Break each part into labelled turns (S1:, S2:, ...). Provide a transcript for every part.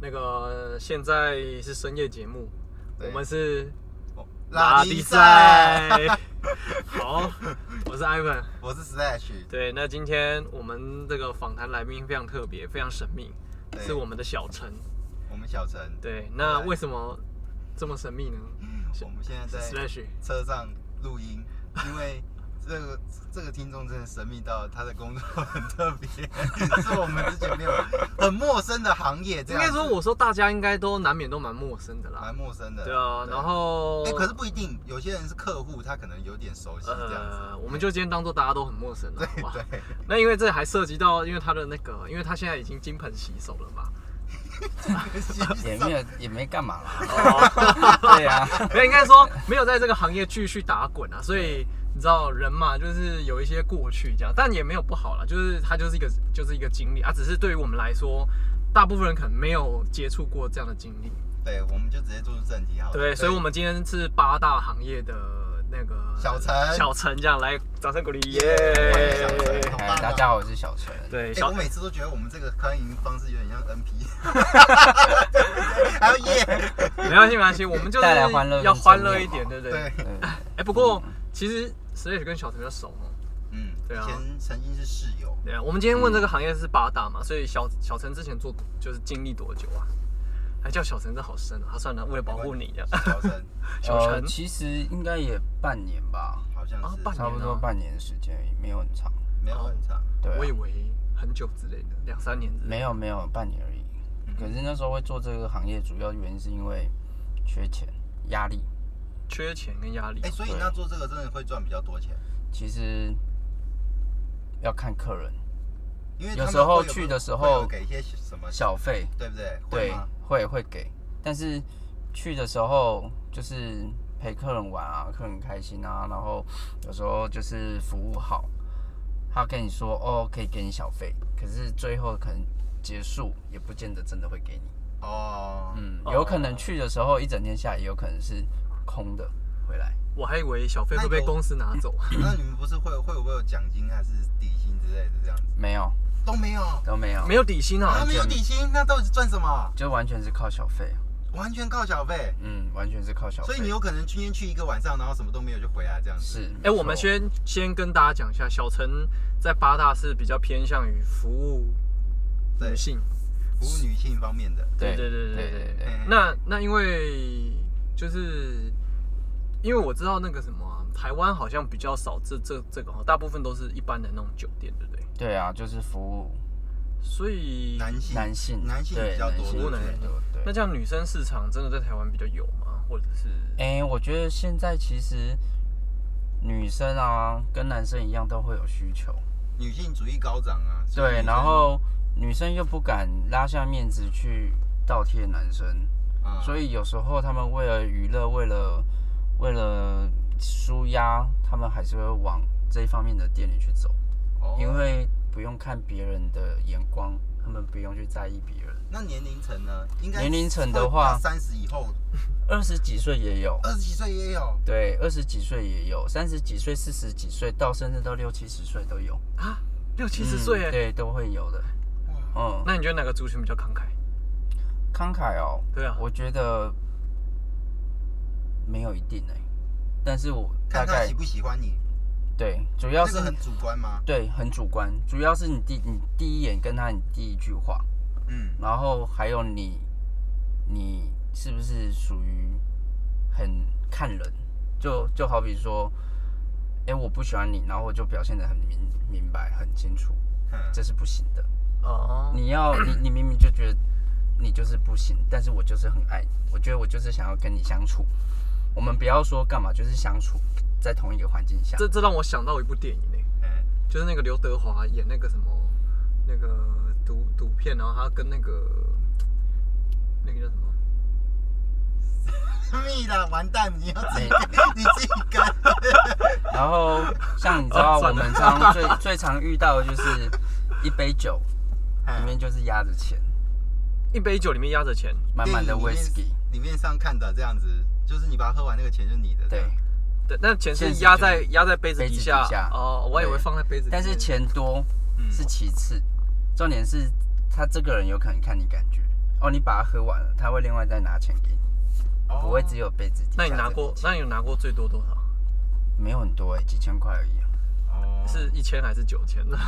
S1: 那个现在是深夜节目，
S2: 对
S1: 我们是哦
S2: 拉
S1: 迪
S2: 迪赛，
S1: 好，我是 Ivan。
S2: 我是 Slash，
S1: 对，那今天我们这个访谈来宾非常特别，非常神秘，
S2: 对
S1: 是我们的小陈。
S2: 我们小陈，
S1: 对，那
S2: 好来
S1: 为什么这么神秘呢
S2: 我们现在在
S1: ？Slash，
S2: 车上录音，因为这个这个听众真的神秘到他的工作很特别， 是我们之前没有很陌生的行业，这
S1: 应该
S2: 样子
S1: 说我说大家应该都难免都蛮陌生的啦。
S2: 蛮陌生的，
S1: 对啊，然后
S2: 哎，可是不一定，有些人是客户，他可能有点熟悉这样子，
S1: 呃，我们就今天当做大家都很陌生了，好吧？
S2: 对，
S1: 那因为这还涉及到，因为他的那个，因为他现在已经金盆洗手了嘛。
S3: 也没 有也没干嘛啦。
S1: 哦，
S3: 对啊，
S1: 没有应该说没有在这个行业继续打滚啊，所以你知道人嘛，就是有一些过去这样，但也没有不好啦，就是他就是一个就是一个经历啊，只是对于我们来说，大部分人可能没有接触过这样的经历，
S2: 对，我们就直接进入正题好了，
S1: 对，所以我们今天是八大行业的那个
S2: 小陈
S1: 小陈这样来，掌声鼓励，耶、
S2: 欢迎小陈好棒
S3: 哎
S2: 啊，
S3: 大家好，我是小陈。
S1: 对，
S2: 哎、
S1: 小
S2: 我每次都觉得我们这个欢迎方式有点像 NP，还有耶，
S1: 没关系，没关系，我们就是
S3: 带来欢乐
S1: 要
S3: 跟
S1: 欢
S3: 正
S1: 乐
S3: 面
S1: 一点，
S3: 嘛
S1: 对不对？
S2: 对
S1: 哎、，
S3: 对
S1: 不过其实 Slash 跟小陈比较熟哦。
S2: 嗯，
S1: 对啊
S2: 以前曾经是室友，
S1: 对啊，我们今天问这个行业是八大
S3: 嗯
S1: 嘛，所以小小陈之前做就是经历多久啊？还叫小陈，这好深啊！他算了，为了保护你这样。
S2: 小 陈
S1: 小
S3: 呃，
S1: 陈
S3: 其实应该也半年吧，
S2: 好像
S1: 啊
S2: 是、
S1: 半年
S3: 差不多半年的时间而已，没有很长。
S2: 没有很长，
S3: 对啊、
S1: 我以为很久之类的，两三年之类的。
S3: 没有没有半年而已。
S2: 嗯
S3: 可是那时候会做这个行业，主要原因是因为缺钱、压力。
S1: 缺钱跟压力
S2: 哎、。所以那做这个真的会赚比较多钱，
S3: 其实要看客人
S2: 因为
S3: 有
S2: 他们
S3: 时候
S2: 会有
S3: 去的时候
S2: 会有给一些什么，
S3: 小费，
S2: 对不对？会
S3: 对
S2: 吗？，
S3: 会会给，但是去的时候就是陪客人玩啊，客人开心啊，然后有时候就是服务好，他跟你说哦可以给你小费，可是最后可能结束也不见得真的会给你，
S2: 哦，
S3: 嗯，
S1: 哦
S3: 有可能去的时候一整天下来也有可能是空的回来，
S1: 我还以为小费会被公司拿走。啊
S3: 嗯
S2: 那你们不是会会有会有奖金还是底薪之类的这样子？
S3: 没有
S2: 都没有，
S3: 都没有，
S1: 没有底薪
S2: 他
S1: 啊！
S2: 没有底薪，那到底是赚什么？
S3: 就完全是靠小费，啊
S2: 完全靠小费。
S3: 嗯，完全是靠小费，
S2: 所以你有可能今天去一个晚上，然后什么都没有就回来这样子。
S3: 是
S1: 哎、我们
S3: 学
S1: 先先跟大家讲一下，小陈在八大是比较偏向于服务
S2: 对
S3: 嗯
S1: 女性。
S2: 服务女性方面的。
S3: 对
S1: 对对对
S3: 对
S1: 对
S3: 对
S1: 对
S3: 对，
S2: 嗯
S1: 那那因为就是因为我知道那个什么啊、台湾好像比较少这这这个哈，大部分都是一般的那种酒店，对不对？
S3: 对啊，就是服务
S1: 所以
S2: 男性
S3: 男性
S2: 男性
S3: 对
S2: 比较
S3: 男
S2: 多，
S3: 性
S1: 服务
S2: 对
S1: 男
S2: 不
S1: 性
S2: 对
S3: 比较多对。
S1: 那这样女生市场真的在台湾比较有吗？或者是
S3: 哎、我觉得现在其实女生啊，跟男生一样都会有需求，
S2: 女性主义高涨啊。所以女
S3: 对，
S2: 生
S3: 然后女生又不敢拉下面子去倒贴男生，
S2: 啊，
S3: 所以有时候他们为了娱乐，为了为了舒压，他们还是会往这一方面的店里去走，
S2: 哦
S3: 因为不用看别人的眼光，他们不用去在意别人。
S2: 那年龄层呢，应该
S3: 年龄层的话
S2: 三十以后，
S3: 二十几岁也有，
S2: 二十几岁也有。
S3: 对，二十几岁也有，三十几岁、四十几岁，到甚至到六七十岁都有。
S1: 啊六七十岁
S3: 嗯
S1: 耶、
S3: 对，都会有的。
S2: 哇，
S3: 嗯，
S1: 那你觉得哪个族群比较慷慨？
S3: 慷慨哦，
S1: 对啊，
S3: 我觉得没有一定哎、但是我大
S2: 看他
S3: 概
S2: 喜不喜欢你，
S3: 对，主要
S2: 这
S3: 是
S2: 个很主观吗？
S3: 对很主观，主要是你第你第一眼跟他你第一句话，
S2: 嗯，
S3: 然后还有你你是不是属于很看人，就就好比说，哎、我不喜欢你，然后我就表现的很明明白很清楚，
S2: 嗯
S3: 这是不行的。
S1: 哦，
S3: 你要你你明明就觉得你就是不行，但是我就是很爱你，我觉得我就是想要跟你相处。我们不要说干嘛，就是相处在同一个环境下。
S1: 这这让我想到一部电影呢、
S2: 嗯
S1: 就是那个刘德华演那个什么那个赌赌片，然后他跟那个那个叫什么？
S2: 蜜啦，完蛋，你要自己
S3: 哎
S2: 你自己跟。
S3: 然后像你知
S1: 哦
S3: 道，我
S1: 算了
S3: 们常最最常遇到的就是一杯酒里
S2: 哎
S3: 面就是压着钱，
S1: 一杯酒里面压着钱，
S3: 满满的
S2: 电影里面
S3: whisky，
S2: 里面上看的这样子，就是你把它喝完，那个钱就是你的。
S3: 对。
S1: 对，那钱是
S3: 现实
S1: 压
S3: 就
S1: 在
S3: 是
S1: 压在杯子
S3: 杯
S1: 底
S3: 子
S1: 下
S3: 底下
S1: 哦，我以为
S3: 对
S1: 放在杯子里面。
S3: 但是钱多
S2: 嗯
S3: 是其次，重点是他这个人有可能看你感觉，哦，你把它喝完了，他会另外再拿钱给你，
S2: 哦
S3: 不会只有杯子底下
S1: 那你
S3: 这个钱。
S1: 拿过，那你有拿过最多多少？
S3: 没有很多哎、几千块而已、啊，
S2: 哦
S1: 是一千还是九千呢？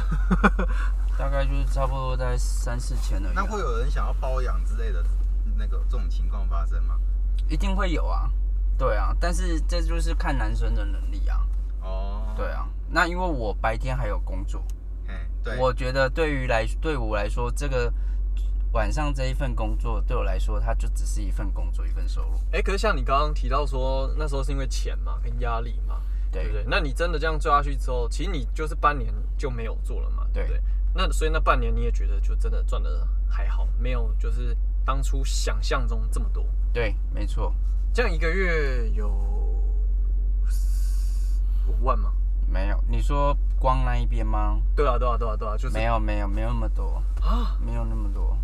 S3: 大概就是差不多在三四千而已啊、
S2: 那会有人想要包养之类的那个这种情况发生吗？
S3: 一定会有啊，对啊，但是这就是看男生的能力啊，
S2: 哦，
S3: 对，啊。那因为我白天还有工作，
S2: 哎，对，
S3: 我觉得对于来对我来说，这个晚上这一份工作对我来说，它就只是一份工作，一份收入。
S1: 哎、可是像你刚刚提到说，那时候是因为钱嘛，跟压力嘛，对
S3: 对
S1: 不对？那你真的这样做下去之后，其实你就是半年就没有做了嘛，对不对？
S3: 对
S1: 那所以那半年你也觉得就真的赚的还好，没有就是当初想象中这么多。
S3: 对，没错，
S1: 这样一个月有五万吗？
S3: 没有。你说光那一边吗？
S1: 对啊，对啊，对啊，对啊，就是
S3: 没有，没有，没有那么多，
S1: 啊，
S3: 没有那么多。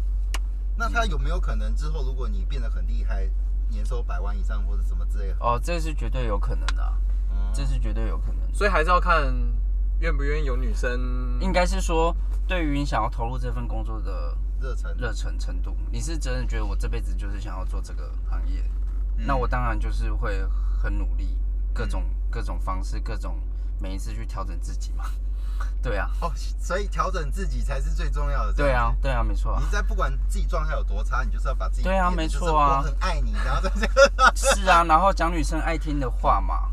S2: 那他有没有可能之后如果你变得很厉害，年收百万以上或者什么之类的？
S3: 哦，这是绝对有可能的啊、
S2: 嗯
S3: 这是绝对有可能的。
S1: 所以嗯还是要看愿不愿意有女生。
S3: 应该是说，对于你想要投入这份工作的
S2: 嗯热忱，
S3: 热忱程度，你是真的觉得我这辈子就是想要做这个行业，
S2: 嗯
S3: 那我当然就是会很努力，各种、
S1: 嗯
S3: 各种方式，各种每一次去调整自己 嘛。对啊，
S2: 哦，所以调整自己才是最重要的。这
S3: 对
S2: 样
S3: 啊
S2: 子，，
S3: 对啊，没错啊
S2: 你，在不管自己状态有多差，你就是要把自己
S3: 对啊
S2: 变得
S3: 没
S2: 就是
S3: 错啊
S2: 我很爱你，然后在这 个
S3: 是啊。然后讲女生爱听的话嘛，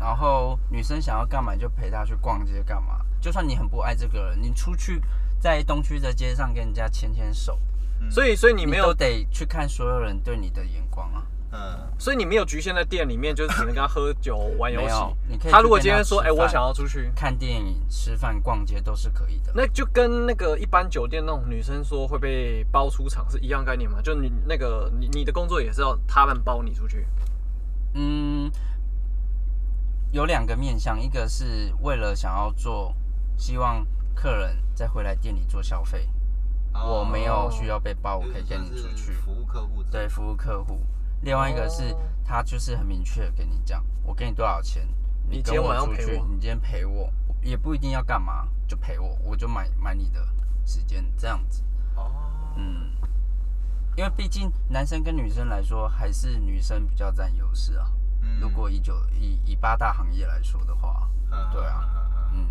S3: 然后女生想要干嘛你就陪她去逛街干嘛。就算你很不爱这个人，你出去在东区的街上跟人家牵牵手，
S1: 所以，所以你没有
S3: 都得去看所有人对你的眼光啊。
S2: 嗯，
S1: 所以你没有局限在店里面，就是只能跟他喝酒、玩游
S3: 没
S1: 戏
S3: 有你可。以
S1: 他
S3: 去
S1: 如果
S3: 跟
S1: 今天
S3: 他
S1: 说，
S3: 吃
S1: 哎、我
S3: 饭
S1: 想要出去，
S3: 看电影、吃饭、逛街都是可以的。
S1: 那就跟那个一般酒店那种女生说会被包出场是一样概念嘛？就你那个你你的工作也是要他们包你出去，
S3: 嗯，有两个面向，一个是为了想要做，希望客人再回来店里做消费，我没有需要被包，我可以跟你出
S2: 哦就是
S3: 去，
S2: 服务客户之类
S3: 对，
S2: 的，
S3: 服务客户。另外一个是
S1: 哦
S3: 他就是很明确地跟你讲，我给你多少钱，
S1: 你今
S3: 跟
S1: 天
S3: 我
S1: 晚上
S3: 出
S1: 陪
S3: 去，
S1: 我
S3: 你今天陪我，也不一定要干嘛，就陪我，我就买买你的时间这样子。
S2: 哦，
S3: 嗯，因为毕竟男生跟女生来说，还是女生比较占优势啊。
S2: 嗯
S3: 如果以九以以八大行业来说的话，
S2: 嗯
S3: 对啊，
S2: 嗯嗯嗯
S3: 嗯，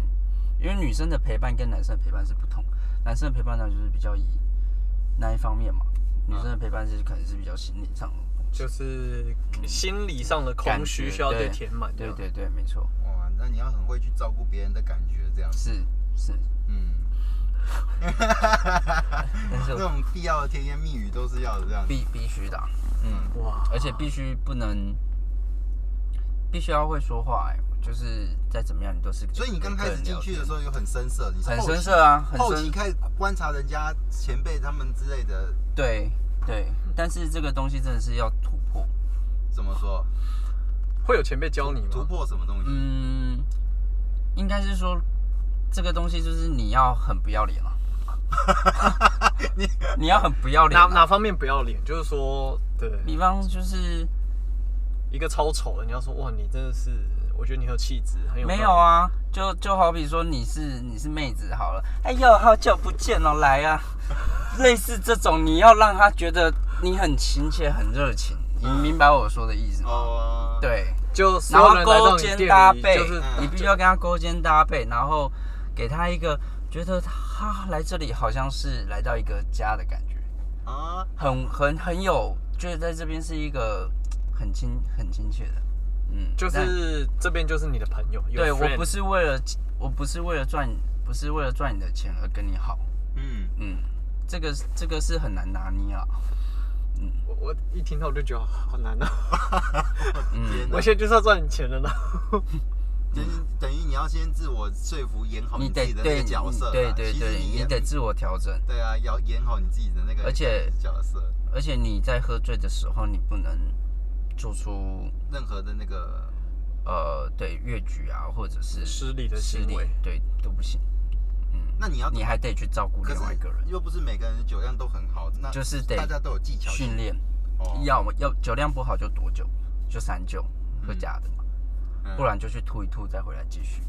S3: 因为女生的陪伴跟男生的陪伴是不同，男生的陪伴呢就是比较以那一方面嘛，女生的陪伴是可能是比较心理上的东西。
S1: 就是心理上的空虚
S3: 感觉
S1: 需要被
S3: 对
S1: 填满。
S2: 啊
S3: 对，对对，没错，
S2: 嗯哇，那你要很会去照顾别人的感觉，这样子，
S3: 是是，
S2: 嗯，
S3: 但是
S2: 那种必要的甜言蜜语都是要的，这样子，
S3: 必必须的啊，嗯，
S1: 哇，
S3: 而且必须不能，必须要会说话、欸，就是再怎么样你都是。
S2: 所以你刚开始进去的时
S3: 候。
S2: 候有很生涩，你是
S3: 很
S2: 后期
S3: 深色啊，很
S2: 后期
S3: 深
S2: 开始观察人家前辈他们之类的，
S3: 对对，但是这个东西真的是要突破。
S2: 怎么说
S1: 会有前辈教你
S2: 突
S1: 吗？
S2: 破什么东西？
S3: 嗯，应该是说这个东西就是你要很不要脸 了、
S2: 你
S3: 你要很不要脸
S1: 哪
S3: 啊、
S1: 哪方面不要脸？就是说，对，
S3: 比方就是
S1: 一个超丑的，你要说哇，你真的是，我觉得你很有气质，很有
S3: 没
S1: 那
S3: 有啊，就就好比说你是你是妹子好了，哎呦，好久不见哦，来啊， 类似这种你要让他觉得你很亲切、很热情，你
S1: 嗯
S3: 明白我说的意思吗？
S2: 哦，
S3: 嗯对，
S1: 就所
S3: 然
S1: 有
S3: 后
S1: 人来到
S3: 勾
S1: 你
S3: 肩
S1: 店
S3: 搭
S1: 里嗯
S3: 背，
S1: 就是
S3: 你必须要跟他勾肩搭背，然后给他一个觉得他来这里好像是来到一个家的感觉，
S2: 啊，
S3: 很很很有，觉得在这边是一个很亲很亲切的，嗯，
S1: 就
S3: 但
S1: 是这边就是你的朋友，
S3: 对
S1: your
S3: 我
S1: friend
S3: 不是为了我不是为了赚不是为了赚你的钱而跟你好，
S2: 嗯，
S3: 嗯，这个这个是很难拿捏啊，
S1: 我我一听到我就觉得好难啊！
S3: 嗯
S2: 天哪
S1: 我现在就是要赚你钱了呢。
S2: 等于等于你要先自我说服，演好
S3: 你
S2: 自
S3: 得
S2: 己的那
S3: 对
S2: 个角色啊，
S3: 对对
S2: 其实
S3: 对，你
S2: 演
S3: 得自我调整。
S2: 对啊，要演好你自己的那个，
S3: 而且
S2: 角色，
S3: 而且你在喝醉的时候，你不能做出
S2: 任何的那个，
S3: 呃，对越矩啊，或者是
S1: 失礼的
S3: 失
S1: 行
S3: 礼
S1: 为，
S3: 对都不行。嗯，
S2: 那你要
S3: 你还得去照顾
S2: 啊可
S3: 另外一个人
S2: 是，又不是每个人的酒量都很好，那
S3: 就是得
S2: 大家都有技巧
S3: 训练，
S2: 哦
S3: 要么要酒量不好就多酒，就三酒喝假的嘛，
S2: 嗯
S3: 不然就去吐一吐再回来继续。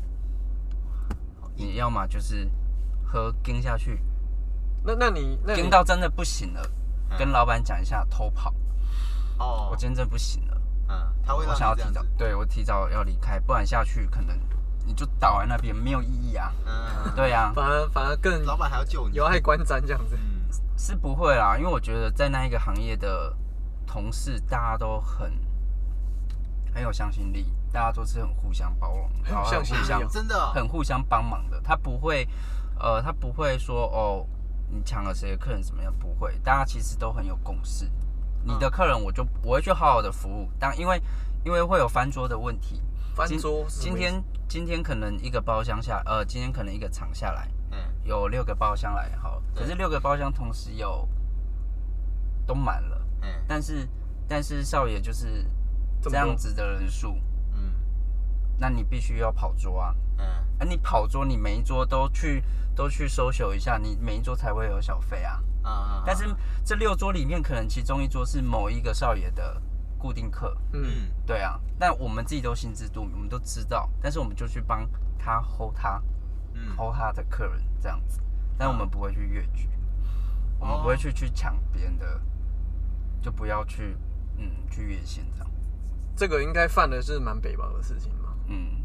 S3: 你要么就是喝跟下去，
S1: 那那你那你
S3: 跟到真的不行了，
S2: 嗯
S3: 跟老板讲一下偷跑，
S2: 哦
S3: 我，今天真的不行了，
S2: 嗯，他会
S3: 我
S2: 让
S3: 想要
S2: 你这样
S3: 提早
S2: 子，，
S3: 对我提早要离开，不然下去可能你就倒在那边没有意义啊。
S2: 嗯，
S3: 对啊，
S1: 反而反而更
S2: 老板还要救你，
S1: 有碍观瞻这样子。
S2: 嗯，
S3: 是不会啦，因为我觉得在那一个行业的同事，大家都很很有向心力，大家都是很互相包容，
S1: 很有
S3: 然后很
S1: 向心
S3: 互
S1: 力
S3: 相
S1: 哦
S2: 真的哦，
S3: 啊很互相帮忙的。他不会，呃，他不会说哦，你抢了谁的客人怎么样？不会，大家其实都很有共识。
S1: 嗯
S3: 你的客人我就我会去好好的服务，但因为因为会有翻桌的问题。
S1: 翻
S3: 今
S1: 桌是什
S3: 今
S1: 么意思
S3: 天今天可能一个包厢下，呃，今天可能一个场下来，
S2: 嗯，
S3: 有六个包厢来好了，可是六个包厢同时有都满了，
S2: 嗯，
S3: 但是但是少爷就是
S1: 这
S3: 这
S1: 么多
S3: 样子的人数，
S2: 嗯，
S3: 那你必须要跑桌啊，
S2: 嗯，
S3: 啊你跑桌，你每一桌都去都去搜寻一下，你每一桌才会有小费啊。
S2: 啊啊，
S3: 但是这六桌里面，可能其中一桌是某一个少爷的固定客，
S1: 嗯，
S2: 嗯，
S3: 对啊，但我们自己都心知肚明，我们都知道，但是我们就去帮他 hold 他，
S2: 嗯，啊
S3: 偷他的客人这样子，但我们不会去越矩，我们不
S2: 哦
S3: 会去去抢别人的，就不要去嗯去越线这样，
S1: 这个应该犯的是蛮北吧的事情嘛。
S3: 嗯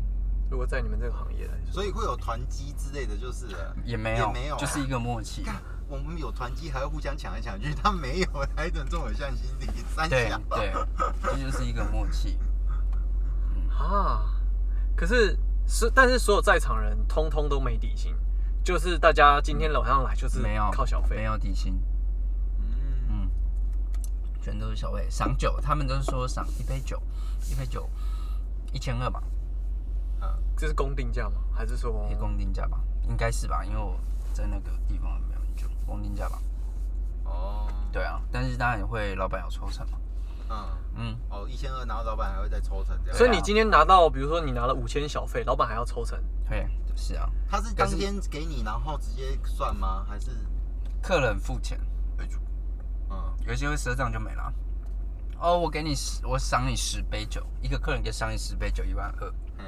S1: 如果在你们这个行业来说，
S2: 所以会有团击之类的，就是了
S3: 也没有，
S2: 也没有啊
S3: 就是一个默契，
S2: 干我们有团击还会互相抢来抢去，他没有，还等这种有向心力，三
S3: 对
S2: 小，
S3: 对，这就是一个默契，
S1: 啊，可是是，但是所有在场人通通都没底薪，就是大家今天楼上来就是
S3: 嗯没有
S1: 靠小
S3: 没
S1: 费，
S3: 有底薪，
S2: 嗯，
S3: 嗯，全都是小费，赏酒，他们都是说赏一杯酒，一杯酒一千二嘛，嗯
S2: 啊
S1: 这是公定价吗？还是说
S3: 一公定价吧，应该是吧，因为我在那个地方没有很久，公定价吧，
S2: 哦，
S3: 对啊，但是当然也会老板有抽成嘛，
S2: 嗯，
S3: 嗯。
S2: 哦，一千二，然后老板还会再抽成这样，啊
S1: 所以你今天拿到，比如说你拿了五千小费，老板还要抽成，
S3: 对，是啊，
S2: 他是当天给你，然后直接算吗？还是，
S3: 客人付钱，
S2: 嗯，
S3: 有些会赊账就没了。啊哦，我给你十，我赏你十杯酒，一个客人给赏你十杯酒，一万二。
S2: 嗯，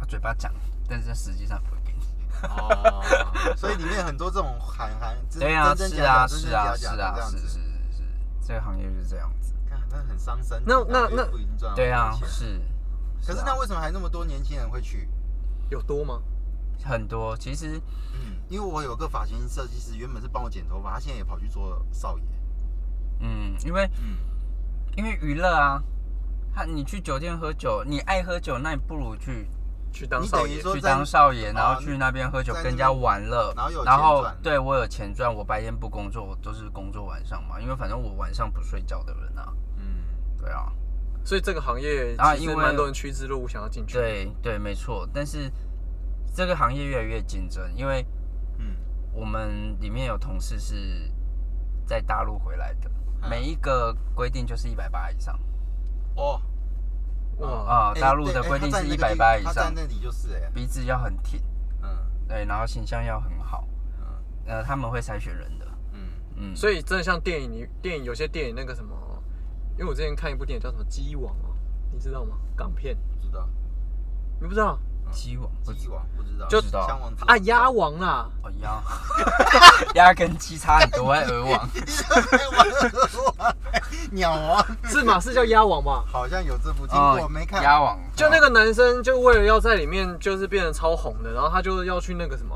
S3: 他嘴巴讲，但是他实际上不会给你。
S2: 哦， 所以里面很多这种喊喊，真
S3: 对啊，
S2: 真
S3: 是
S2: 真假
S3: 啊，
S2: 假，
S3: 是
S2: 真真
S3: 啊，
S2: 假
S3: 是
S2: 假的这
S3: 啊，
S2: 样
S3: 是是
S2: 子，
S3: 是是，这个行业就是这样子。
S2: 看那很伤身体，啊
S1: 那那
S2: 然后
S1: 那
S2: 又不一定赚到
S3: 对啊
S2: 多，少钱
S3: 是。
S2: 嗯可是
S3: 啊
S2: 那为什么还那么多年轻人会去？
S1: 有多吗？
S3: 很多，其实
S2: 嗯，因为我有个发型设计师，原本是帮我剪头发，他现在也跑去做少爷。
S3: 嗯，因为
S2: 嗯，
S3: 因为娱乐啊，他你去酒店喝酒，你爱喝酒，那你不如去
S1: 去当
S2: 你
S1: 少
S2: 等于
S1: 爷
S2: 说
S3: 去
S2: 在
S3: 当少爷，然
S2: 哦
S3: 后去那边喝酒，
S2: 在那
S3: 跟人家
S2: 边
S3: 玩乐，
S2: 然后有
S3: 然
S2: 钱
S3: 后
S2: 赚
S3: 对我有钱赚，我白天不工作，我都是工作晚上嘛，因为反正我晚上不睡觉的人啊，
S2: 嗯，
S3: 对啊，
S1: 所以这个行业
S3: 啊
S1: 其
S3: 因
S1: 实
S3: 为
S1: 蛮多人趋之若鹜想要进去。，
S3: 对对，没错，但是这个行业越来越竞争，因为
S2: 嗯，
S3: 我们里面有同事是在大陆回来的，
S2: 嗯
S3: 每一个规定就是一百八以上
S2: 哦，
S1: 哇，
S3: 啊，
S2: 哎
S3: 大陆的
S2: 对哎
S3: 规定
S2: 他
S3: 是
S2: 在
S3: 一
S2: 那个
S3: 百
S2: 地
S3: 八以
S2: 他在
S3: 上，
S2: 那里就是哎、
S3: 鼻子要很挺，
S2: 嗯
S3: 对，然后形象要很好，
S2: 嗯
S3: 呃，他们会筛选人的，
S2: 嗯，
S3: 嗯，
S1: 所以真的像电影，你电影有些电影那个什么，因为我之前看一部电影叫什么《鸡王》哦，你知道吗？港片，
S2: 不知道，
S1: 你不知道
S3: 鸡网不
S2: 鸡王不知道，
S1: 就
S3: 知道哎
S2: 香王之
S1: 啊？鸭 王啦，
S3: 哦腰， 鸭跟鸡差很多，还鹅王。
S2: 鸟王，
S1: 是吗？是叫鸭王吧？
S2: 好像有这部，经过、
S3: 哦
S2: 没看，
S3: 鸭哦网，
S1: 就那个男生就为了要在里面就是变得超红的，然后他就要去那个什么，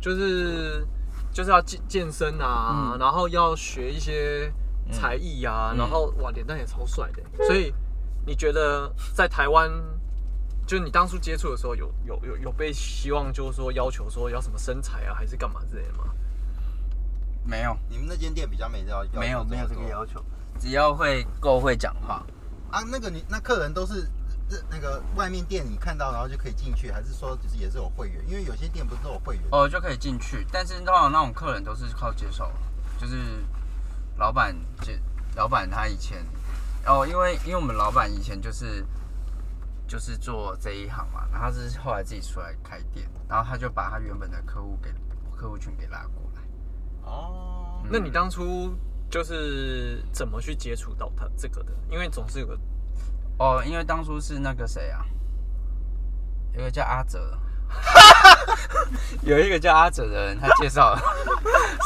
S1: 就是就是要健健身啊，
S3: 嗯
S1: 然后要学一些才艺啊，
S3: 嗯
S1: 然后哇脸蛋也超帅的。所以你觉得在台湾，就你当初接触的时候有，有有有被希望就是说要求说要什么身材啊，还是干嘛之类的吗？
S3: 没有
S2: 你们那间店比较没要，要
S3: 没有没有
S2: 么
S3: 这个
S2: 多
S3: 要求，只要会够会讲话，
S2: 啊，那个你那客人都是那那个外面店你看到然后就可以进去，还是说就是也是有会员？因为有些店不是都有会员，
S3: 哦就可以进去。但是通常那种客人都是靠接手，就是老板接老板他以前哦，因为因为我们老板以前就是就是做这一行嘛，然后他是后来自己出来开店，然后他就把他原本的客户给客户群给拉过来。
S2: 哦，
S1: 那你当初就是怎么去接触到他这个的？因为总是有个
S3: 哦，因为当初是那个谁啊，有个叫阿哲， 有一个叫阿哲的人，他介绍了，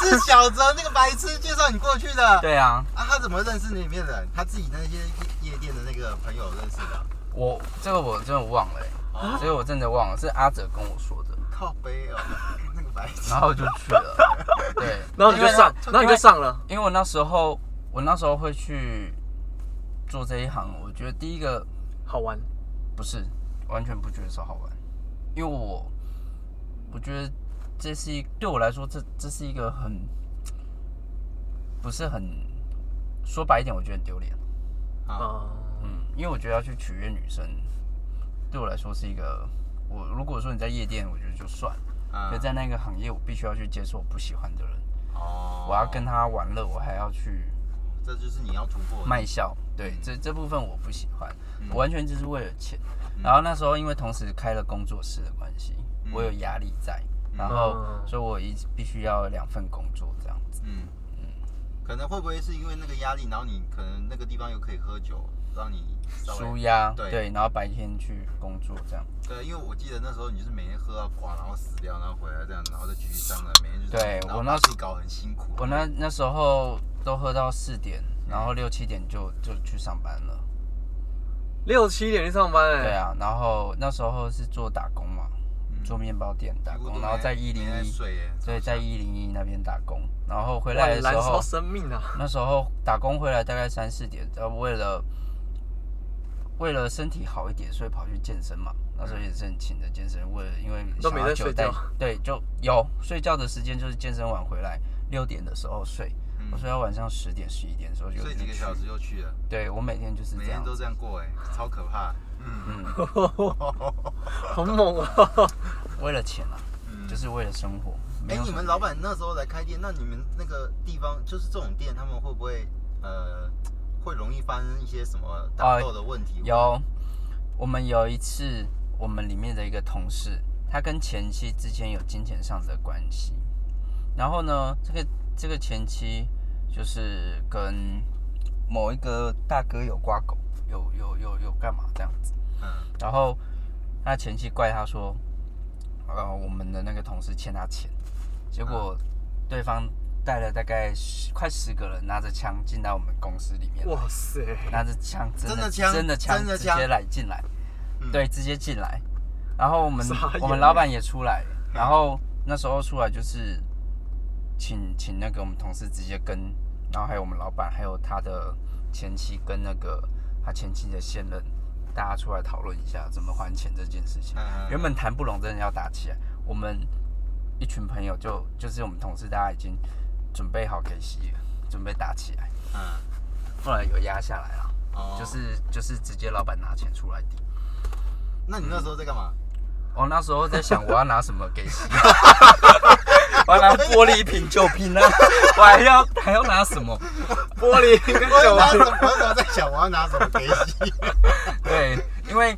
S2: 是小泽那个白痴介绍你过去的。
S3: 对啊，
S2: 啊，他怎么认识里面的人？他自己那些夜店的那个朋友认识的。
S3: 我这个我真的忘了、欸，
S2: 哦
S3: 所以我真的忘了，是阿哲跟我说的，
S2: 靠背哦，那个白痴
S3: 然。后就去了，对，
S1: 然后你就上，
S3: 因为
S1: 然后你就上了。
S3: 因为我那时候我那时候会去做这一行，我觉得第一个
S1: 好玩。
S3: 不是，完全不觉得是好玩，因为我我觉得这是一对我来说，这这是一个很不是很说白一点，我觉得很丢脸。
S2: 啊，
S1: 哦，
S3: 嗯，因为我觉得要去取悦女生，对我来说是一个我如果说你在夜店，我觉得就算了，可
S2: 嗯
S3: 在那个行业，我必须要去接受我不喜欢的人，
S2: 哦
S3: 我要跟，他玩乐，我还要去
S2: 这就是你要突破的。
S3: 卖笑，对，这这部分我不喜欢，
S2: 嗯
S3: 我完全就是为了钱。然后那时候因为同时开了工作室的关系，
S2: 嗯
S3: 我有压力在，然后
S1: 嗯
S3: 所以我一直必须要有两份工作这样子。
S2: 嗯，可能会不会是因为那个压力，然后你可能那个地方又可以喝酒，让你稍
S3: 舒
S2: 微
S3: 压，
S2: 对
S3: 对，然后白天去工作这样，
S2: 对，因为我记得那时候你就是每天喝到挂，然后死掉，然后回来这样，然后再继续上来，每天就是
S3: 对
S2: 然后
S3: 我
S2: 把
S3: 那
S2: 自己搞得很辛苦。
S3: 我那那时候都喝到四点，
S2: 嗯
S3: 然后六七点就就去上班了。
S1: 六七点去上班哎、
S3: 对啊，然后那时候是做打工嘛，做面包店
S2: 嗯
S3: 打
S2: 几乎
S3: 工，
S2: 都
S3: 然后
S2: 没
S3: 在一零
S2: 没在
S3: 一，
S2: 睡耶，
S3: 对，在一零一那边打工，然后回
S1: 哇
S3: 来的
S1: 燃
S3: 时
S1: 烧
S3: 候，
S1: 生命啊！
S3: 那时候打工回来大概三四点，呃，为了为了身体好一点，所以跑去健身嘛。那时候也是很勤的健身，为了因为
S1: 都
S3: 想
S1: 没
S3: 要
S1: 在
S3: 久
S1: 睡
S3: 待
S1: 觉，
S3: 对，就有睡觉的时间就是健身完回来六点的时候睡，
S2: 嗯
S3: 我睡到晚上十点十一点的时候就
S2: 睡
S3: 就
S2: 几个
S3: 去
S2: 小时就去了，
S3: 对我每天就是
S2: 每
S3: 这
S2: 天
S3: 样，
S2: 都这样过哎，超可怕。嗯，
S3: 嗯，
S1: 好猛啊！
S3: 为了钱啊，
S2: 嗯
S3: 就是为了生活。没
S2: 哎、
S3: 有
S2: 你
S3: 什
S2: 们
S3: 么
S2: 老板那时候来开店，那你们那个地方就是这种店，他们会不会呃会容易发生一些什么打斗的问题？
S3: 哦有，我们有一次，我们里面的一个同事，他跟前妻之间有金钱上的关系，然后呢，这个这个前妻就是跟某一个大哥有挂钩，有有有有干嘛这样子，
S2: 嗯
S3: 然后他前妻怪他说，呃，我们的那个同事欠他钱，结果对方带了大概十快十个人拿着枪进到我们公司里面来。
S1: 哇塞，
S3: 拿着枪，真
S2: 真的
S3: 的
S2: 枪
S3: 真的枪，
S2: 真的
S3: 直
S2: 枪
S3: 接来进来，
S2: 嗯
S3: 对，直接进来。然后我们
S1: 傻眼
S3: 我们老板也出来了，然后那时候出来就是请请那个我们同事直接跟，然后还有我们老板，还有他的前妻跟那个他前妻的现任，大家出来讨论一下怎么还钱这件事情。
S2: 嗯
S3: 原本谈不拢，真的要打起来。我们一群朋友就就是我们同事，大家已经准备好给息了，准备打起来。
S2: 嗯
S3: 后来有压下来了。
S2: 哦，
S3: 就是就是直接老板拿钱出来抵。
S2: 那你那时候在干嘛？
S3: 嗯我那时候在想，我要拿什么给洗？ 我要拿玻璃瓶、酒瓶啊，我还要还要拿什么？
S1: 玻 璃跟
S2: 我要拿什
S1: 酒，
S2: 么？我那时候在想我要拿什么给洗？
S3: 对，因为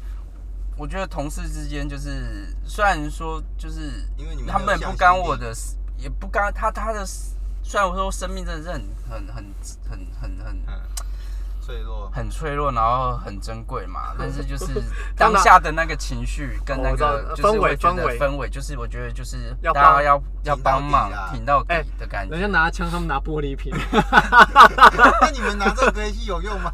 S3: 我觉得同事之间就是，虽然说就是，
S2: 因为你们
S3: 他们
S2: 没有
S3: 不
S2: 向
S3: 干
S2: 心力
S3: 我的事，也不干他他的事，虽然我说生命真的是很很很很很很
S2: 嗯，脆 弱。
S3: 很脆弱，然后很珍贵嘛。但是就是
S1: 当
S3: 当
S1: 然
S3: 下的那个情绪跟那
S1: 我知道
S3: 个就是
S1: 氛
S3: 我
S1: 围
S3: 觉得
S1: 氛围
S3: 氛围，就是我觉得就是
S1: 要
S3: 大
S1: 帮
S3: 家要要
S2: 挺到
S3: 帮
S2: 底
S3: 忙
S2: 啊
S3: 挺到底
S1: 哎
S3: 的感
S1: 人
S3: 觉。
S1: 家拿枪，他们拿玻璃瓶，
S2: 那你们拿这个给洗有用吗？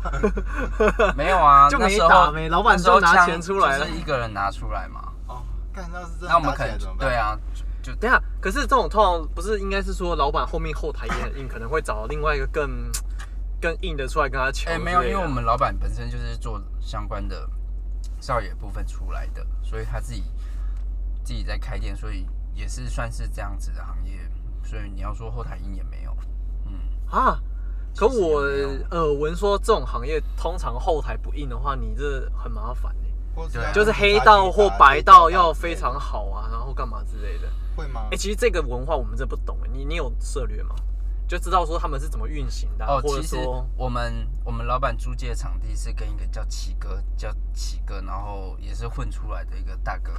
S3: 没有啊，
S1: 就
S3: 那
S1: 没
S3: 时候
S1: 打没老板
S3: 那时候
S1: 就拿
S3: 枪
S1: 钱出来
S3: 就
S1: 了
S3: 是一个人拿出 来嘛。
S2: 哦，干，那是真的
S3: 那我们
S2: 打起
S3: 可
S2: 来
S3: 能
S2: 怎么办？
S3: 对，啊，就就
S1: 等一下，可是这种通常不是应该是说老板后面后台也很硬，可能会找另外一个更更硬的出来跟他求之类
S3: 哎
S1: 的。
S3: 没有，因为我们老板本身就是做相关的少爷部分出来的，所以他自己自己在开店，所以也是算是这样子的行业。所以你要说后台音也没有，嗯。
S1: 啊。可
S3: 其实也
S1: 我
S3: 没有
S1: 耳闻说，这种行业通常后台不硬的话，你这很麻烦欸
S2: 或者
S3: 对啊
S1: 就是黑道或白道要非常好啊，然后干嘛之类的。
S2: 会吗
S1: 哎、？其实这个文化我们真不懂欸，你你有涉略吗？就知道说他们是怎么运行的啊、
S3: 哦，
S1: 或者
S3: 其实
S1: 说
S3: 我们我们老板租借场地是跟一个叫奇哥，叫奇哥，然后也是混出来的一个大哥。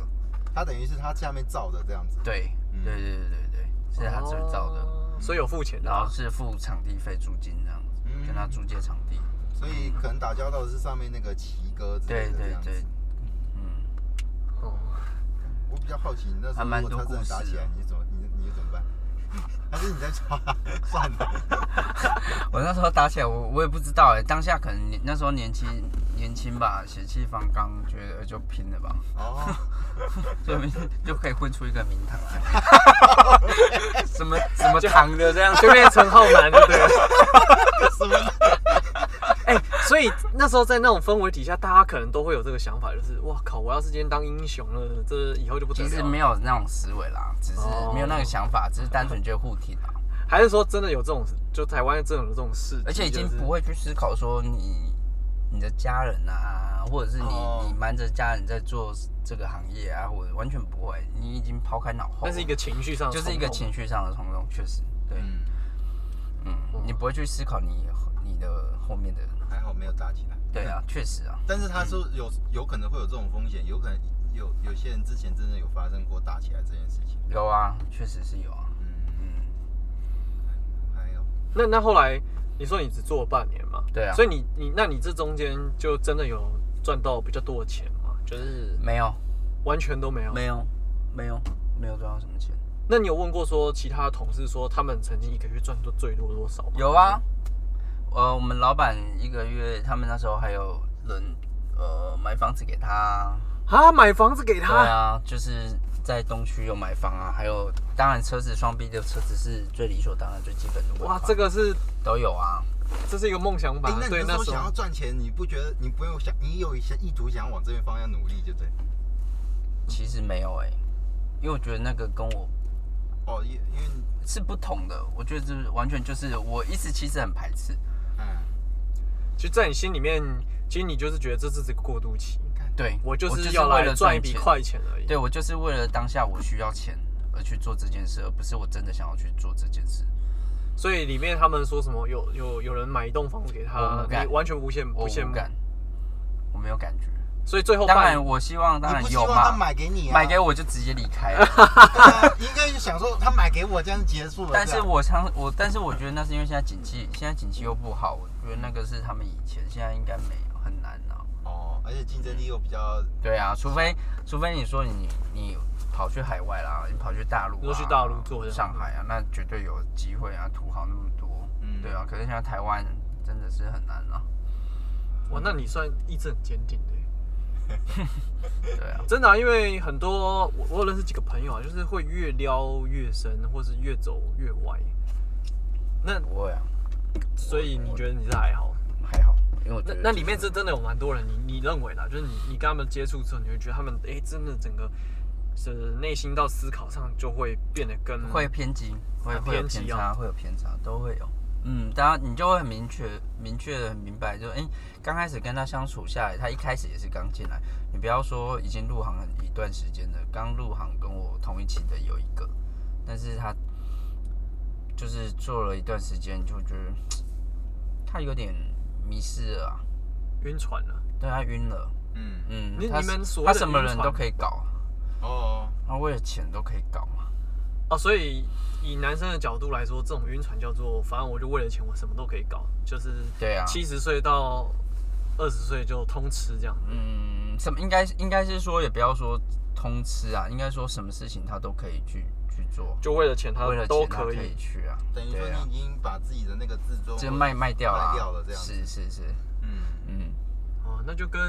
S2: 他等于是他下面罩的这样子。
S3: 对，
S2: 嗯
S3: 对对对对对，是他制造的，嗯
S1: 哦所以有付钱的、
S3: 然后
S1: 啊。
S3: 是付场地费租金这样子，
S2: 嗯
S3: 跟他租借场地。
S2: 所以可能打交道的是上面那个旗哥之类的
S3: 对
S2: 这
S3: 对
S2: 样子。
S3: 对，嗯，
S1: 哦
S2: 我比较好奇，你那时候
S3: 还蛮
S2: 如果
S3: 多
S2: 他真的
S3: 故
S2: 打
S3: 事
S2: 起来
S3: 的，
S2: 你怎么你你怎么办？ 还是你在抓？ 算了，
S3: 我那时候打起来，我我也不知道哎、当下可能年那时候年轻年轻吧，血气方刚，觉得呃就拼了吧，
S2: 哦，
S3: 就就可以混出一个名堂来， 什么什么堂的这样子，
S1: 就变成陈浩南了，对 了。
S2: 什么？
S1: 哎、所以那时候在那种氛围底下，大家可能都会有这个想法，就是哇靠，我要是今天当英雄了，这以后就不得
S3: 其
S1: 了啊
S3: 实
S1: 了。
S3: 没有那种思维啦，只是
S1: 哦
S3: 没有那个想法，只是单纯就互挺啊啦，
S1: 还是说真的有这种，就台湾真的有这种事，
S3: 而且已经不
S1: 会。
S3: 会去思考说你你的家人啊，或者是你、
S2: 哦
S3: 你瞒着家人在做这个行业啊，或者完全不会，你已经抛开脑后
S1: 那
S3: 了，
S1: 是一个情绪上的冲
S3: 就
S1: 动，
S3: 是一个情绪上的冲动，确实对。
S2: 嗯，
S3: 嗯，你不会去思考你你的后面的，
S2: 还好没有打起来。
S3: 对啊，确实啊，
S2: 但是他说有有可能会有这种风险，有可能有有些人之前真的有发生过打起来这件事情。
S3: 有啊，确实是有啊，
S2: 嗯，
S3: 嗯，
S2: 还有，
S1: 那那后来你说你只做了半年嘛？
S3: 对啊
S1: 所以你你那你这中间就真的有赚到比较多的钱吗？就是
S3: 没有，
S1: 完全都没有。
S3: 没有，没有，没有赚到什么钱，
S1: 那你有问过说其他的同事说他们曾经一个月赚多最多多少吗？
S3: 有啊，呃，我们老板一个月，他们那时候还有人呃买房子给他，
S1: 啊，买房子给
S3: 对
S1: 他，
S3: 啊，就是在东区有买房啊，还有当然车子双 B 的车子是最理所当然最基本的，
S1: 哇，这
S3: 个
S1: 个是
S3: 都有啊，
S1: 这是一个梦想
S2: 哎
S1: 版，，
S2: 那
S1: 对
S2: 你那时候
S1: 时
S2: 想
S1: 候
S2: 要赚钱，你不觉得你不用想，你有一些意图想往这边方向努力，就对。
S3: 其实没有哎、因为我觉得那个跟我
S2: 哦，因因为你，
S3: 是不同的，我觉得这完全就是我一直其实很排斥，
S2: 嗯，
S1: 就在你心里面，其实你就是觉得这只是个过渡期，
S3: 对
S1: 我就
S3: 我就是是
S1: 要
S3: 为
S1: 来
S3: 了
S1: 赚一
S3: 赚
S1: 笔
S3: 钱
S1: 快钱而已。
S3: 对我就是为了当下我需要钱而去做这件事，而不是我真的想要去做这件事。
S1: 所以里面他们说什么有有有人买一栋房子给
S3: 我
S1: 他
S3: 无，感
S1: 你完全无限
S3: 我
S1: 不羡
S3: 无
S1: 慕，
S3: 感，我没有感觉。
S1: 所以最后
S3: 当
S1: 半
S3: 然，我希望当
S2: 你
S3: 然
S2: 不希
S3: 有
S2: 望他
S3: 嘛，
S2: 买给你啊？
S3: 买 给我就直接离 开了。
S2: 啊应该就想说他买给我，这样结束了。啊
S3: 但
S2: 这
S3: 是
S2: 样
S3: 我
S1: 啊
S3: 相我，但是我觉得那是因为现在景气，现在景气又不好，我觉得那个是他们以前，现在应该没有很难啊。
S2: 哦，而且竞争力又比较，
S3: 对啊，除非除非你说你你跑去海外啦，你跑去大陆、啊，
S1: 你说去大陆做这样
S3: 上海啊，那绝对有机会啊，土豪那么多，
S2: 嗯
S3: 对啊。可是现在台湾真的是很难啊，
S1: 哇，那你算意志很坚定的耶。
S3: 对啊，
S1: 真的啊、因为很多我我有认识几个朋友啊，就是会越撩越深，或是越走越歪。那
S3: 不会啊，
S1: 所以你觉得你是还好？
S3: 还好，因为我觉
S1: 那
S3: 得
S1: 那里面是真的有蛮多人，你你认为啦，就是你你跟他们接触之后，你会觉得他们哎、诶真的整个是内心到思考上就会变得更
S3: 会偏激，会
S1: 很
S3: 会有
S1: 啊偏
S3: 偏
S1: 激哦
S3: 差，会有偏差，都会有。嗯，当然你就会很明确、明确的明白，就哎，诶刚开始跟他相处下来，他一开始也是刚进来，你不要说已经入行很一段时间的，刚入行跟我同一期的有一个，但是他就是做了一段时间，就觉得他有点迷失了、啊，
S1: 晕船了。
S3: 对他晕了，
S2: 嗯，
S3: 嗯，
S1: 你
S3: 他
S1: 你们所谓
S3: 他
S1: 的
S3: 什么
S1: 晕
S3: 人
S1: 船
S3: 都可以搞，
S2: 哦，
S3: 他为了钱都可以搞嘛，
S1: 哦，所以以男生的角度来说，这种晕船叫做，反正我就为了钱，我什么都可以搞，就是
S3: 对啊，
S1: 七十岁到二十岁就通吃这样。
S3: 嗯，什么应该应该是说也不要说通吃啊，应该说什么事情他都可以去去做，
S1: 就为了钱他
S3: 为了
S1: 都
S3: 钱他
S1: 可
S3: 以
S1: 以。
S3: 去啊，
S2: 等于说
S3: 对啊，
S2: 你已经把自己的那个自尊
S3: 这卖卖掉了啊，
S2: 卖掉了这样子
S3: 是是是，
S2: 嗯，
S3: 嗯，
S1: 哦，那就跟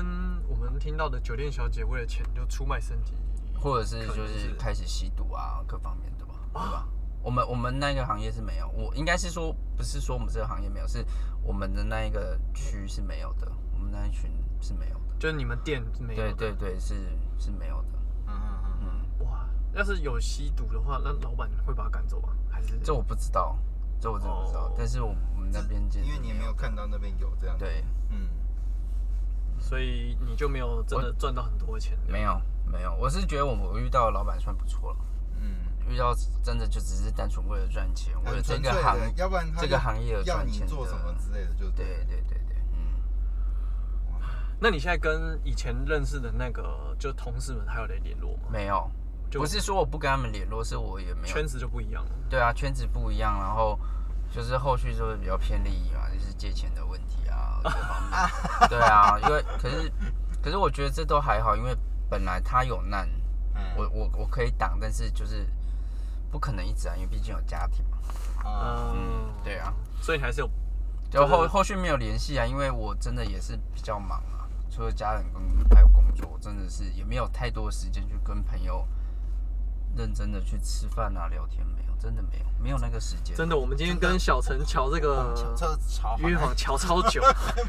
S1: 我们听到的酒店小姐为了钱就出卖身体，
S3: 或者是
S1: 可能
S3: 就是
S1: 是
S3: 开始吸毒啊，各方面的吧，对吧？我们我们那个行业是没有，我应该是说不是说我们这个行业没有，是我们的那一个区是没有的，我们那一群是没有的，
S1: 就是你们店没有
S3: 对
S1: 的。
S3: 对对，是是没有的，
S2: 嗯嗯嗯
S3: 嗯，
S1: 哇，要是有吸毒的话，那老板会把他赶走吗？还是
S3: 这我不知道，这我真的不知道，
S1: 哦
S3: 但是我我们那边
S2: 嗯，
S3: 见
S2: 因为你也没有看到那边有这样，，
S3: 对。
S2: 嗯，
S1: 所以你就没有真的赚到很多钱？
S3: 没有，没有，我是觉得我们遇到的老板算不错了，
S2: 嗯，
S3: 遇到真的就只是单纯为了赚钱，为了
S2: 很
S3: 这
S2: 纯
S3: 个
S2: 粹
S3: 行
S2: 的，，要不然他
S3: 这个行业而
S2: 要
S3: 赚
S2: 你
S3: 钱
S2: 做
S3: 的
S2: 什么之类的，就
S3: 对
S2: 对，
S3: 对对对，嗯，
S1: 那你现在跟以前认识的那个就同事们还有在联络吗？
S3: 没有，
S1: 就
S3: 不是说我不跟他们联络，是我也没有
S1: 圈，子就不一样了。
S3: 对啊，圈子不一样，然后就是后续就会比较偏利益嘛，就是借钱的问题啊，各方 面，对啊，因为可是可是我觉得这都还好，因为本来他有难，
S2: 嗯
S3: 我我我可以挡，但是就是不可能一直啊，因为毕竟有家庭嘛。
S2: 啊，
S1: 嗯，
S3: 对啊，
S1: 所以你还是有
S3: 就后后续没有联系啊，因为我真的也是比较忙啊，除了家人跟还有工作，我真的是也没有太多的时间去跟朋友认真的去吃饭啊、聊天，没有，真的没有，没有那个时间。
S1: 真的，我们今天跟小陈瞧这个
S2: 这超好
S1: 约访瞧超久，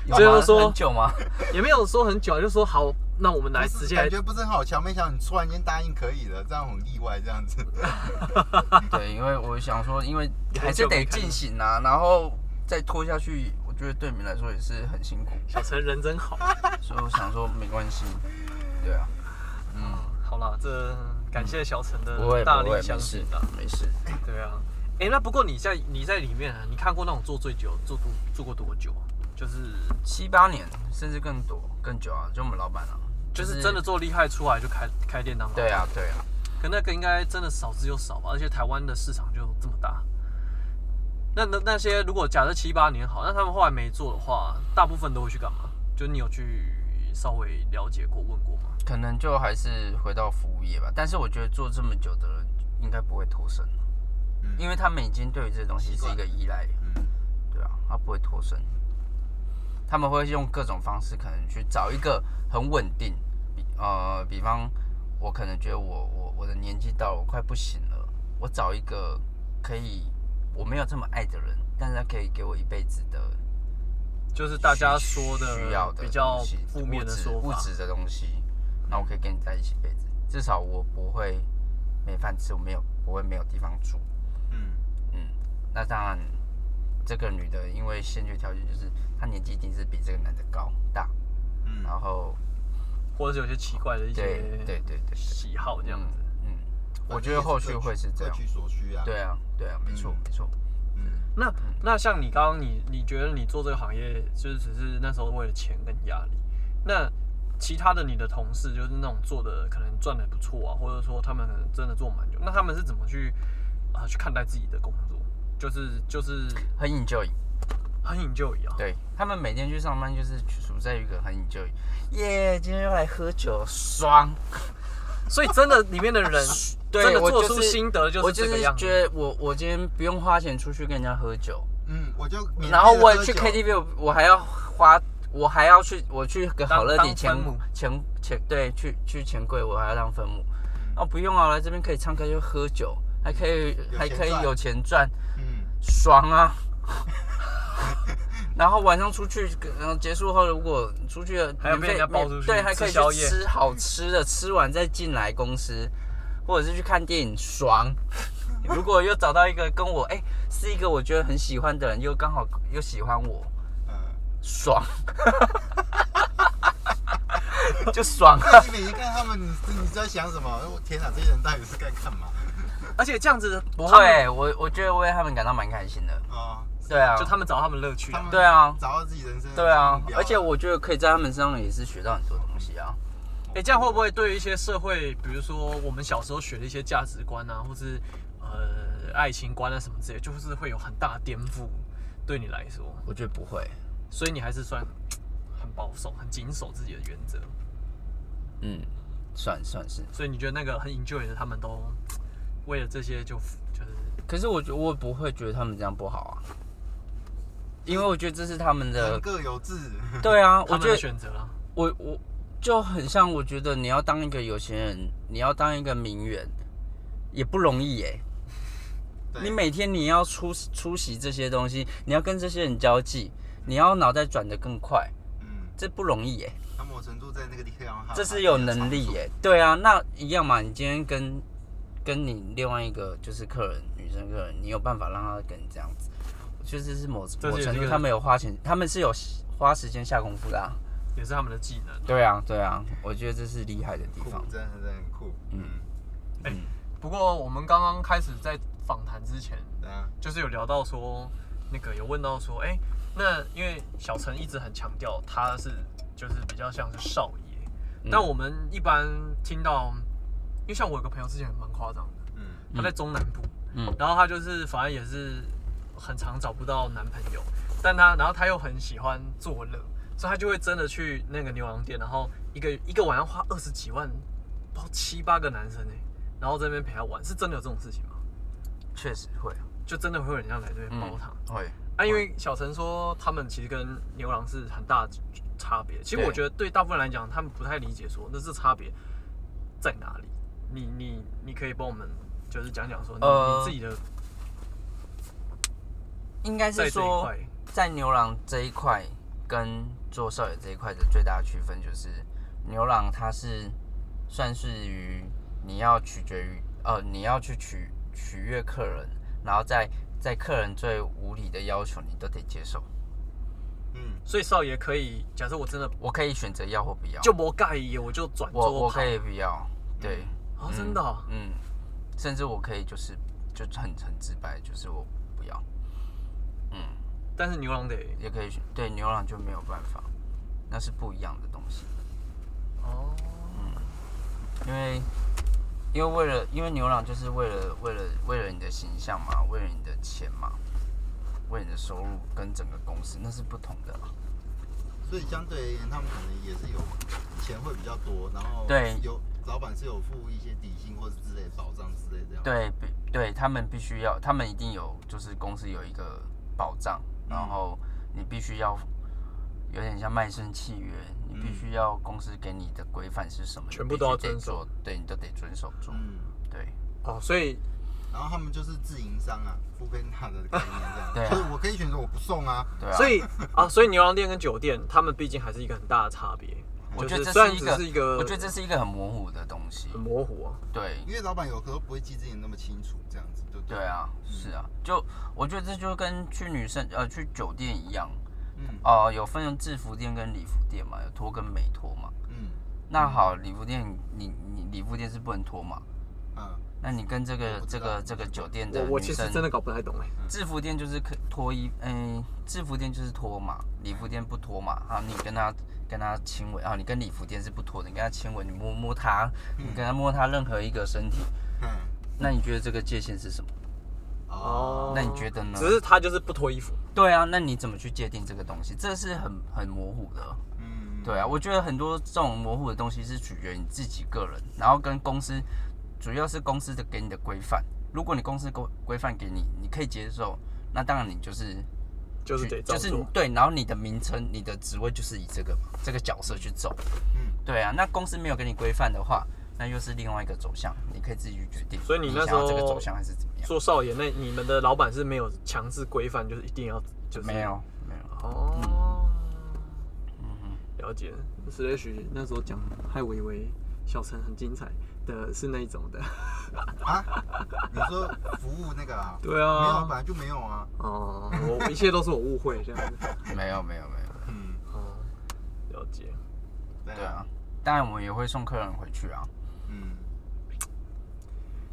S3: 有
S1: 最后
S3: 吗
S1: 说
S3: 很久吗？
S1: 也没有说很久，啊就说好，那我们来
S2: 不是
S1: 直接来
S2: 感觉不是很好瞧，没想到你突然间答应可以了，这样很意外，这样子。
S3: 对，因为我想说，因为
S1: 你很
S3: 还是
S1: 久没
S3: 得
S1: 看
S3: 进
S1: 了
S3: 行啊，然后再拖下去，我觉得对你们来说也是很辛苦，
S1: 小陈人真好。
S3: 所以我想说没关系，对啊，
S1: 好啦，这感谢小陈
S3: 不会
S1: 的大
S3: 不
S1: 力
S3: 会，
S1: 相
S3: 没
S1: 助
S3: 事
S1: 啊。
S3: 没事。
S1: 对啊，哎、那不过你在你在里面啊，你看过那种做最久做多做过多久啊？就是
S3: 七八年甚至更多更久啊，就我们老板啊，
S1: 就是真的做厉害出来就开开店当老板
S3: 对，啊对啊，
S1: 可那个应该真的少之又少吧，而且台湾的市场就这么大。那那那些如果假设七八年好，那他们后来没做的话，大部分都会去干嘛？就你有去稍微了解过、问过吗？
S3: 可能就还是回到服务业吧。但是我觉得做这么久的人应该不会脱身，
S2: 嗯
S3: 因为他们已经对于这东西是一个依赖，
S2: 嗯，
S3: 对啊，他不会脱身。他们会用各种方式，可能去找一个很稳定，比呃，比方我可能觉得我我我的年纪到了，我快不行了，我找一个可以我没有这么爱的人，但是他可以给我一辈子的
S1: 就是大家说的
S3: 需要的
S1: 比较
S3: 东西
S1: 负面的
S3: 物质
S1: 说
S3: 物
S1: 法，
S3: 质的东西，那我可以跟你在一起一辈子，至少我不会没饭吃，我没有不会没有地方住。
S2: 嗯，
S3: 嗯，那当然，这个女的因为先决条件就是她年纪一定是比这个男的高大，
S2: 嗯
S3: 然后
S1: 或者是有些奇怪的一
S3: 对
S1: 些
S3: 对对对对，
S1: 喜好这样子。
S3: 嗯，嗯，我觉得后续会是这样
S2: 各，取所需啊。
S3: 对，啊对啊，没错、
S2: 嗯
S3: 没错，
S2: 嗯，
S1: 那那像你刚刚你你觉得你做这个行业就是只是那时候为了钱跟压力，那其他的你的同事就是那种做的可能赚的不错啊，或者说他们可能真的做蛮久，那他们是怎么去啊、去看待自己的工作？就是就是
S3: 很 enjoy。
S1: 很引咎一样，
S3: 对他们每天去上班就是处在一个很 enjoy，耶今天又来喝酒，爽。
S1: 所以真的里面的人
S3: 对
S1: 真的
S3: 我
S1: 做
S3: 就
S1: 出
S3: 是
S1: 心得就
S3: 我
S1: 是
S3: 就
S1: 这个
S3: 是
S1: 样子。
S3: 觉得我我今天不用花钱出去跟人家喝酒，
S2: 嗯，我就免费地
S3: 然后我
S2: 喝
S3: 去
S2: 酒
S3: KTV，我我还要花，我还要去我去个
S1: 当
S3: 好乐迪
S1: 当
S3: 钱
S1: 分母
S3: 钱钱对去去钱柜，我还要当分母。哦，不用啊，来这边可以唱歌就喝酒，还可以
S2: 有
S3: 还
S2: 钱
S3: 可以
S2: 赚
S3: 有钱赚，
S2: 嗯，
S3: 爽啊！ 然后晚上出去，然后结束后如果出去了
S1: 还要
S3: 免
S1: 被人
S3: 费
S1: 家包
S3: 免
S1: 出去
S3: 对，还
S1: 吃
S3: 可以去
S1: 宵夜
S3: 吃好吃的，吃完再进来公司，或者是去看电影，爽。 如果又找到一个跟我哎、是一个我觉得很喜欢的人，又刚好又喜欢我，
S2: 嗯，
S3: 爽， 就爽啊！
S2: 你每天看他们，你你在想什么？我天哪，这些人到底是该干嘛？
S1: 而且这样子
S3: 不
S1: 他们
S3: 会，啊我我觉得为他们感到蛮开心的。
S2: 啊，
S3: 对啊，
S1: 就他们找他们乐趣啊、
S2: 他们
S3: 对啊
S2: 找到自己人生的
S3: 对啊
S2: 目，标
S3: 而且我觉得可以在他们身上也是学到很多东西啊。
S1: 哎、这样会不会对一些社会，比如说我们小时候学的一些价值观啊，或是呃爱情观啊什么之类，就是会有很大的颠覆？对你来说，
S3: 我觉得不会，
S1: 所以你还是算很保守、很谨守自己的原则。
S3: 嗯，算算是。
S1: 所以你觉得那个很 enjoy 的，他们都为了这些就就是
S3: 可是我觉我不会觉得他们这样不好啊，因为我觉得这是他们的
S2: 人。各有志，
S3: 对啊，
S1: 他
S3: 我
S1: 们
S3: 觉
S1: 的
S3: 得
S1: 选择了。
S3: 我我就很像，我觉得你要当一个有钱人，你要当一个名媛，也不容易耶、
S2: 对
S3: 你每天你要出出席这些东西，你要跟这些人交际，你要脑袋转得更快，
S2: 嗯，
S3: 这不容易耶、
S2: 他某程度在那个地方，
S3: 这是有能力耶、对啊，那一样嘛，你今天跟跟你另外一个就是客人，女生客人，你有办法让她跟你这样子，我觉得这是某
S1: 这
S3: 某
S1: 是
S3: 程
S1: 一
S3: 度
S1: 个
S3: 他们有花钱，他们是有花时间下功夫的、啊。
S1: 也是他们的技能。
S3: 对啊，对啊，我觉得这是厉害的地
S2: 酷
S3: 方，。
S2: 真的真的很酷，嗯，
S1: 不过我们刚刚开始在访谈之前，
S2: 对啊，
S1: 就是有聊到说，那个有问到说，哎、那因为小陈一直很强调他是就是比较像是少爷，
S3: 嗯
S1: 但我们一般听到，因为像我有个朋友之前蛮夸张的，
S2: 嗯
S1: 他在中南部，
S3: 嗯
S1: 然后他就是反正也是很常找不到男朋友，但他然后他又很喜欢作乐，所以他就会真的去那个牛郎店，然后一个一个晚上花二十几万包七八个男生哎、然后这边陪他玩，是真的有这种事情吗？
S3: 确实会，
S1: 就真的会有人要来这边
S3: 嗯
S1: 包他？
S3: 会，
S1: 啊，因为小陈说他们其实跟牛郎是很大的差别。其实
S3: 对
S1: 我觉得对大部分人来讲，他们不太理解说那是差别在哪里。你你你可以帮我们就是讲讲说你,、
S3: 呃
S1: 自己的
S3: 应该
S1: 在
S3: 是
S1: 这一
S3: 说
S1: 块，
S3: 在牛郎这一块跟做少爷这一块的最大的区分就是，牛郎他是算是于你要取决于呃你要去取取悦客人，然后在在客人最无理的要求你都得接受。
S2: 嗯，
S1: 所以少爷可以，假设我真的
S3: 我可以选择要或不要，
S1: 就不盖意，我就转
S3: 我
S1: 桌
S3: 我
S1: 跑
S3: 可以不要，对，
S1: 啊，真的哦、
S3: 嗯，甚至我可以就是就很很直白，就是我不要，嗯，
S1: 但是牛郎得
S3: 也可以选对牛郎就没有办法，那是不一样的东西。
S1: 哦，
S3: 嗯因为因为为了因为牛郎就是为了为了为了你的形象嘛，为了你的钱嘛，为了你的收入跟整个公司那是不同的啦。啊
S2: 所以相对而言，他们可能也是有钱会比较多，然后
S3: 对
S2: 有老板是有付一些底薪或者之类保障之类这样。，
S3: 对，比对他们必须要，他们一定有就是公司有一个保障，然
S2: 嗯
S3: 后你必须要有点像卖身契约，你必须要公司给你的规范是什么，你
S1: 全部
S3: 必须
S1: 都要
S3: 得
S1: 遵守
S3: 做，对你都得遵守住。
S2: 嗯，
S3: 对，
S1: 哦，所以
S2: 然后他们就是自营商啊，付费纳的概念这样，
S3: 对啊
S2: 就是我可以选择我不送啊，
S3: 对啊。
S1: 所以啊，所以牛郎店跟酒店，他们毕竟还是一个很大的差别。
S3: 我
S1: 就
S3: 觉得
S1: 是
S3: 这
S1: 虽然
S3: 一
S1: 只
S3: 个，
S1: 是一个，
S3: 我觉得这是一个很模糊的东西。
S1: 很模糊啊。
S3: 对，
S2: 因为老板有时候不会记自己那么清楚这样子，对不
S3: 对？啊，是啊，就我觉得这就跟去女生呃去酒店一样，
S2: 嗯
S3: 哦、有分制服店跟礼服店嘛，有脱跟没脱嘛。
S2: 嗯
S3: 那好，礼服店你你礼服店是不能脱嘛？
S2: 啊，
S3: 那你跟这
S2: 我
S3: 个
S2: 不知
S3: 这
S2: 道
S3: 个这个酒店的
S1: 我我
S3: 嗯女
S1: 其实
S3: 生，
S1: 真的搞不太懂哎、
S3: 制服店就是可脱衣，哎、制服店就是脱嘛，礼服店不脱嘛。啊，你跟他跟他亲吻啊，你跟礼服店是不脱的，你跟他亲吻，你摸摸他，你跟他摸他任何一个身体，
S2: 嗯，
S3: 那你觉得这个界限是什么？
S2: 哦，
S3: 那你觉得呢
S1: 只是他就是不脱衣服，
S3: 对啊，那你怎么去界定这个东西？这是很很模糊的。
S2: 嗯，
S3: 对啊，我觉得很多这种模糊的东西是取决于你自己个人，然后跟公司，主要是公司的给你的规范。如果你公司规规范给你，你可以接受，那当然你就是
S1: 就是
S3: 去
S1: 得照
S3: 嗯就
S1: 做。
S3: 是你对，然后你的名称、你的职位就是以这个这个角色去走。
S2: 嗯，
S3: 对啊，那公司没有给你规范的话，那又是另外一个走向，你可以自己去决定。
S1: 所以你
S3: 你
S1: 那
S3: 想要这个
S1: 时候
S3: 走向还是怎么样？
S1: 说少爷，那你们的老板是没有强制规范，就是一定要就是
S3: 没有没有，
S1: 哦，
S3: 嗯哼。
S1: 了解。Slash 那时候讲，害我以为小陈很精彩的是那一种的。
S2: 啊，你说服务那个 啊？
S1: 对
S2: 没有，
S1: 啊
S2: 本，来就没有啊。
S1: 哦，我一切都是我误会这样子。
S3: 没有没有没有，
S2: 嗯，
S1: 哦，了解。
S2: 对
S3: 对啊，，当然我们也会送客人回去啊。
S2: 嗯，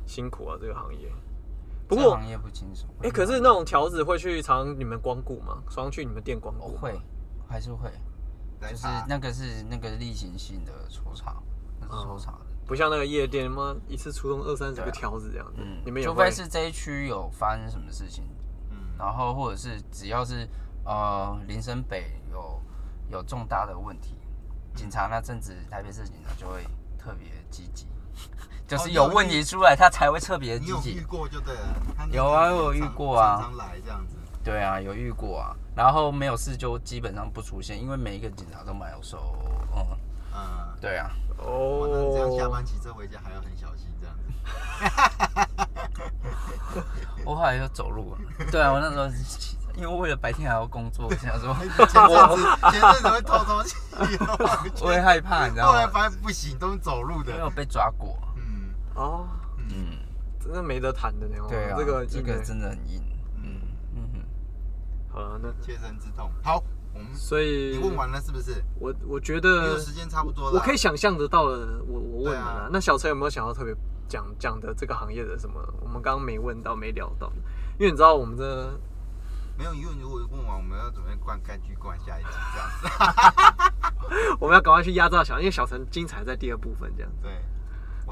S1: 辛苦啊，这个行业。不
S3: 这
S1: 过，
S3: 行业不轻松。
S1: 哎、可是那种条子会去常你们光顾吗？常去你们店光
S3: 我
S1: 顾？
S3: 会，还是会，
S2: 来
S3: 就是
S2: 查
S3: 那个是那个例行性的抽查，那是抽查的。
S1: 不像那个夜店，妈一次出动二三十
S3: 对啊
S1: 个条子这样子，
S3: 嗯，
S1: 你们也
S3: 除
S1: 会
S3: 非是这一区有发生什么事情，
S2: 嗯，
S3: 然后或者是只要是呃林森北有有重大的问题，警察那阵子台北市警察就会特别积极，就
S2: 哦
S3: 是
S2: 你
S3: 有
S2: 有
S3: 问
S2: 遇
S3: 题出来他才会特别
S2: 你
S3: 积
S2: 有
S3: 极
S2: 遇。过就对了。他那
S3: 有啊
S2: 个
S3: 我有遇
S2: 常
S3: 过啊
S2: 常常来这样子。
S3: 对啊，有遇过啊，然后没有事就基本上不出现，因为每一个警察都蛮有手，嗯，
S2: 嗯，
S3: 对啊，
S2: 哇，那你这样下啊
S1: 哦
S2: 班，骑车回家还要很小心这 样子。
S3: 我后来又走路了，对啊，我那时候是骑车因为为了白天还要工作，我想说
S2: 前阵子前阵子会偷偷骑，
S3: 我会害怕，你知道
S2: 后来
S3: 吗？
S2: 发现不行，都是走路
S3: 因为我
S2: 的。
S3: 被抓过，
S2: 嗯
S1: 哦，
S3: 嗯，
S1: 真的没得谈的呢。哦
S3: 对啊，
S1: 这个
S3: 这
S1: 硬
S3: 个
S1: 欸
S3: 真的很硬，
S2: 嗯，
S3: 嗯哼。
S1: 好了，那
S2: 切身之痛。好，我们
S1: 所以
S2: 你问完了是不是？
S1: 我我觉
S3: 呃
S2: 因
S1: 得
S2: 为时间差不多了。啊
S1: 我可以想象得到了，我我问了啦、
S2: 对啊
S1: 那小陈有没有想要特别讲讲的这个行业的什么？我们刚刚没问到，没聊到，因为你知道我们这
S2: 没有，因为如果问完，我们要准备灌该去灌下一集这样子。
S1: 我们要赶快去压榨小，因为小陈精彩在第二部分这样。
S2: 对，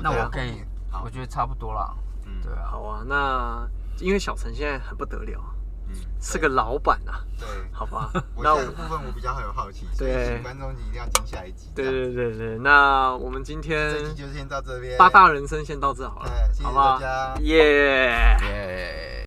S3: 那
S2: 在
S3: 我
S2: 后
S3: 可以
S2: 面好
S3: 我，觉得差不多啦，
S2: 嗯
S3: 对啊，
S1: 好啊，那因为小陈现在很不得了，
S2: 嗯，
S1: 是个老板啊，
S2: 对。？
S1: 好吧
S2: 我
S1: 那
S2: 下
S1: 我
S2: 个部分我比较有好奇，所以
S1: 对
S2: 请观众一定要听下一集。
S1: 对
S2: 这样，
S1: 对对对，那我们今天
S2: 这集就先到这边。
S1: 八大人生先到这好了
S2: 哎，谢谢
S1: 好不好
S2: 大家？
S1: 耶
S3: 耶、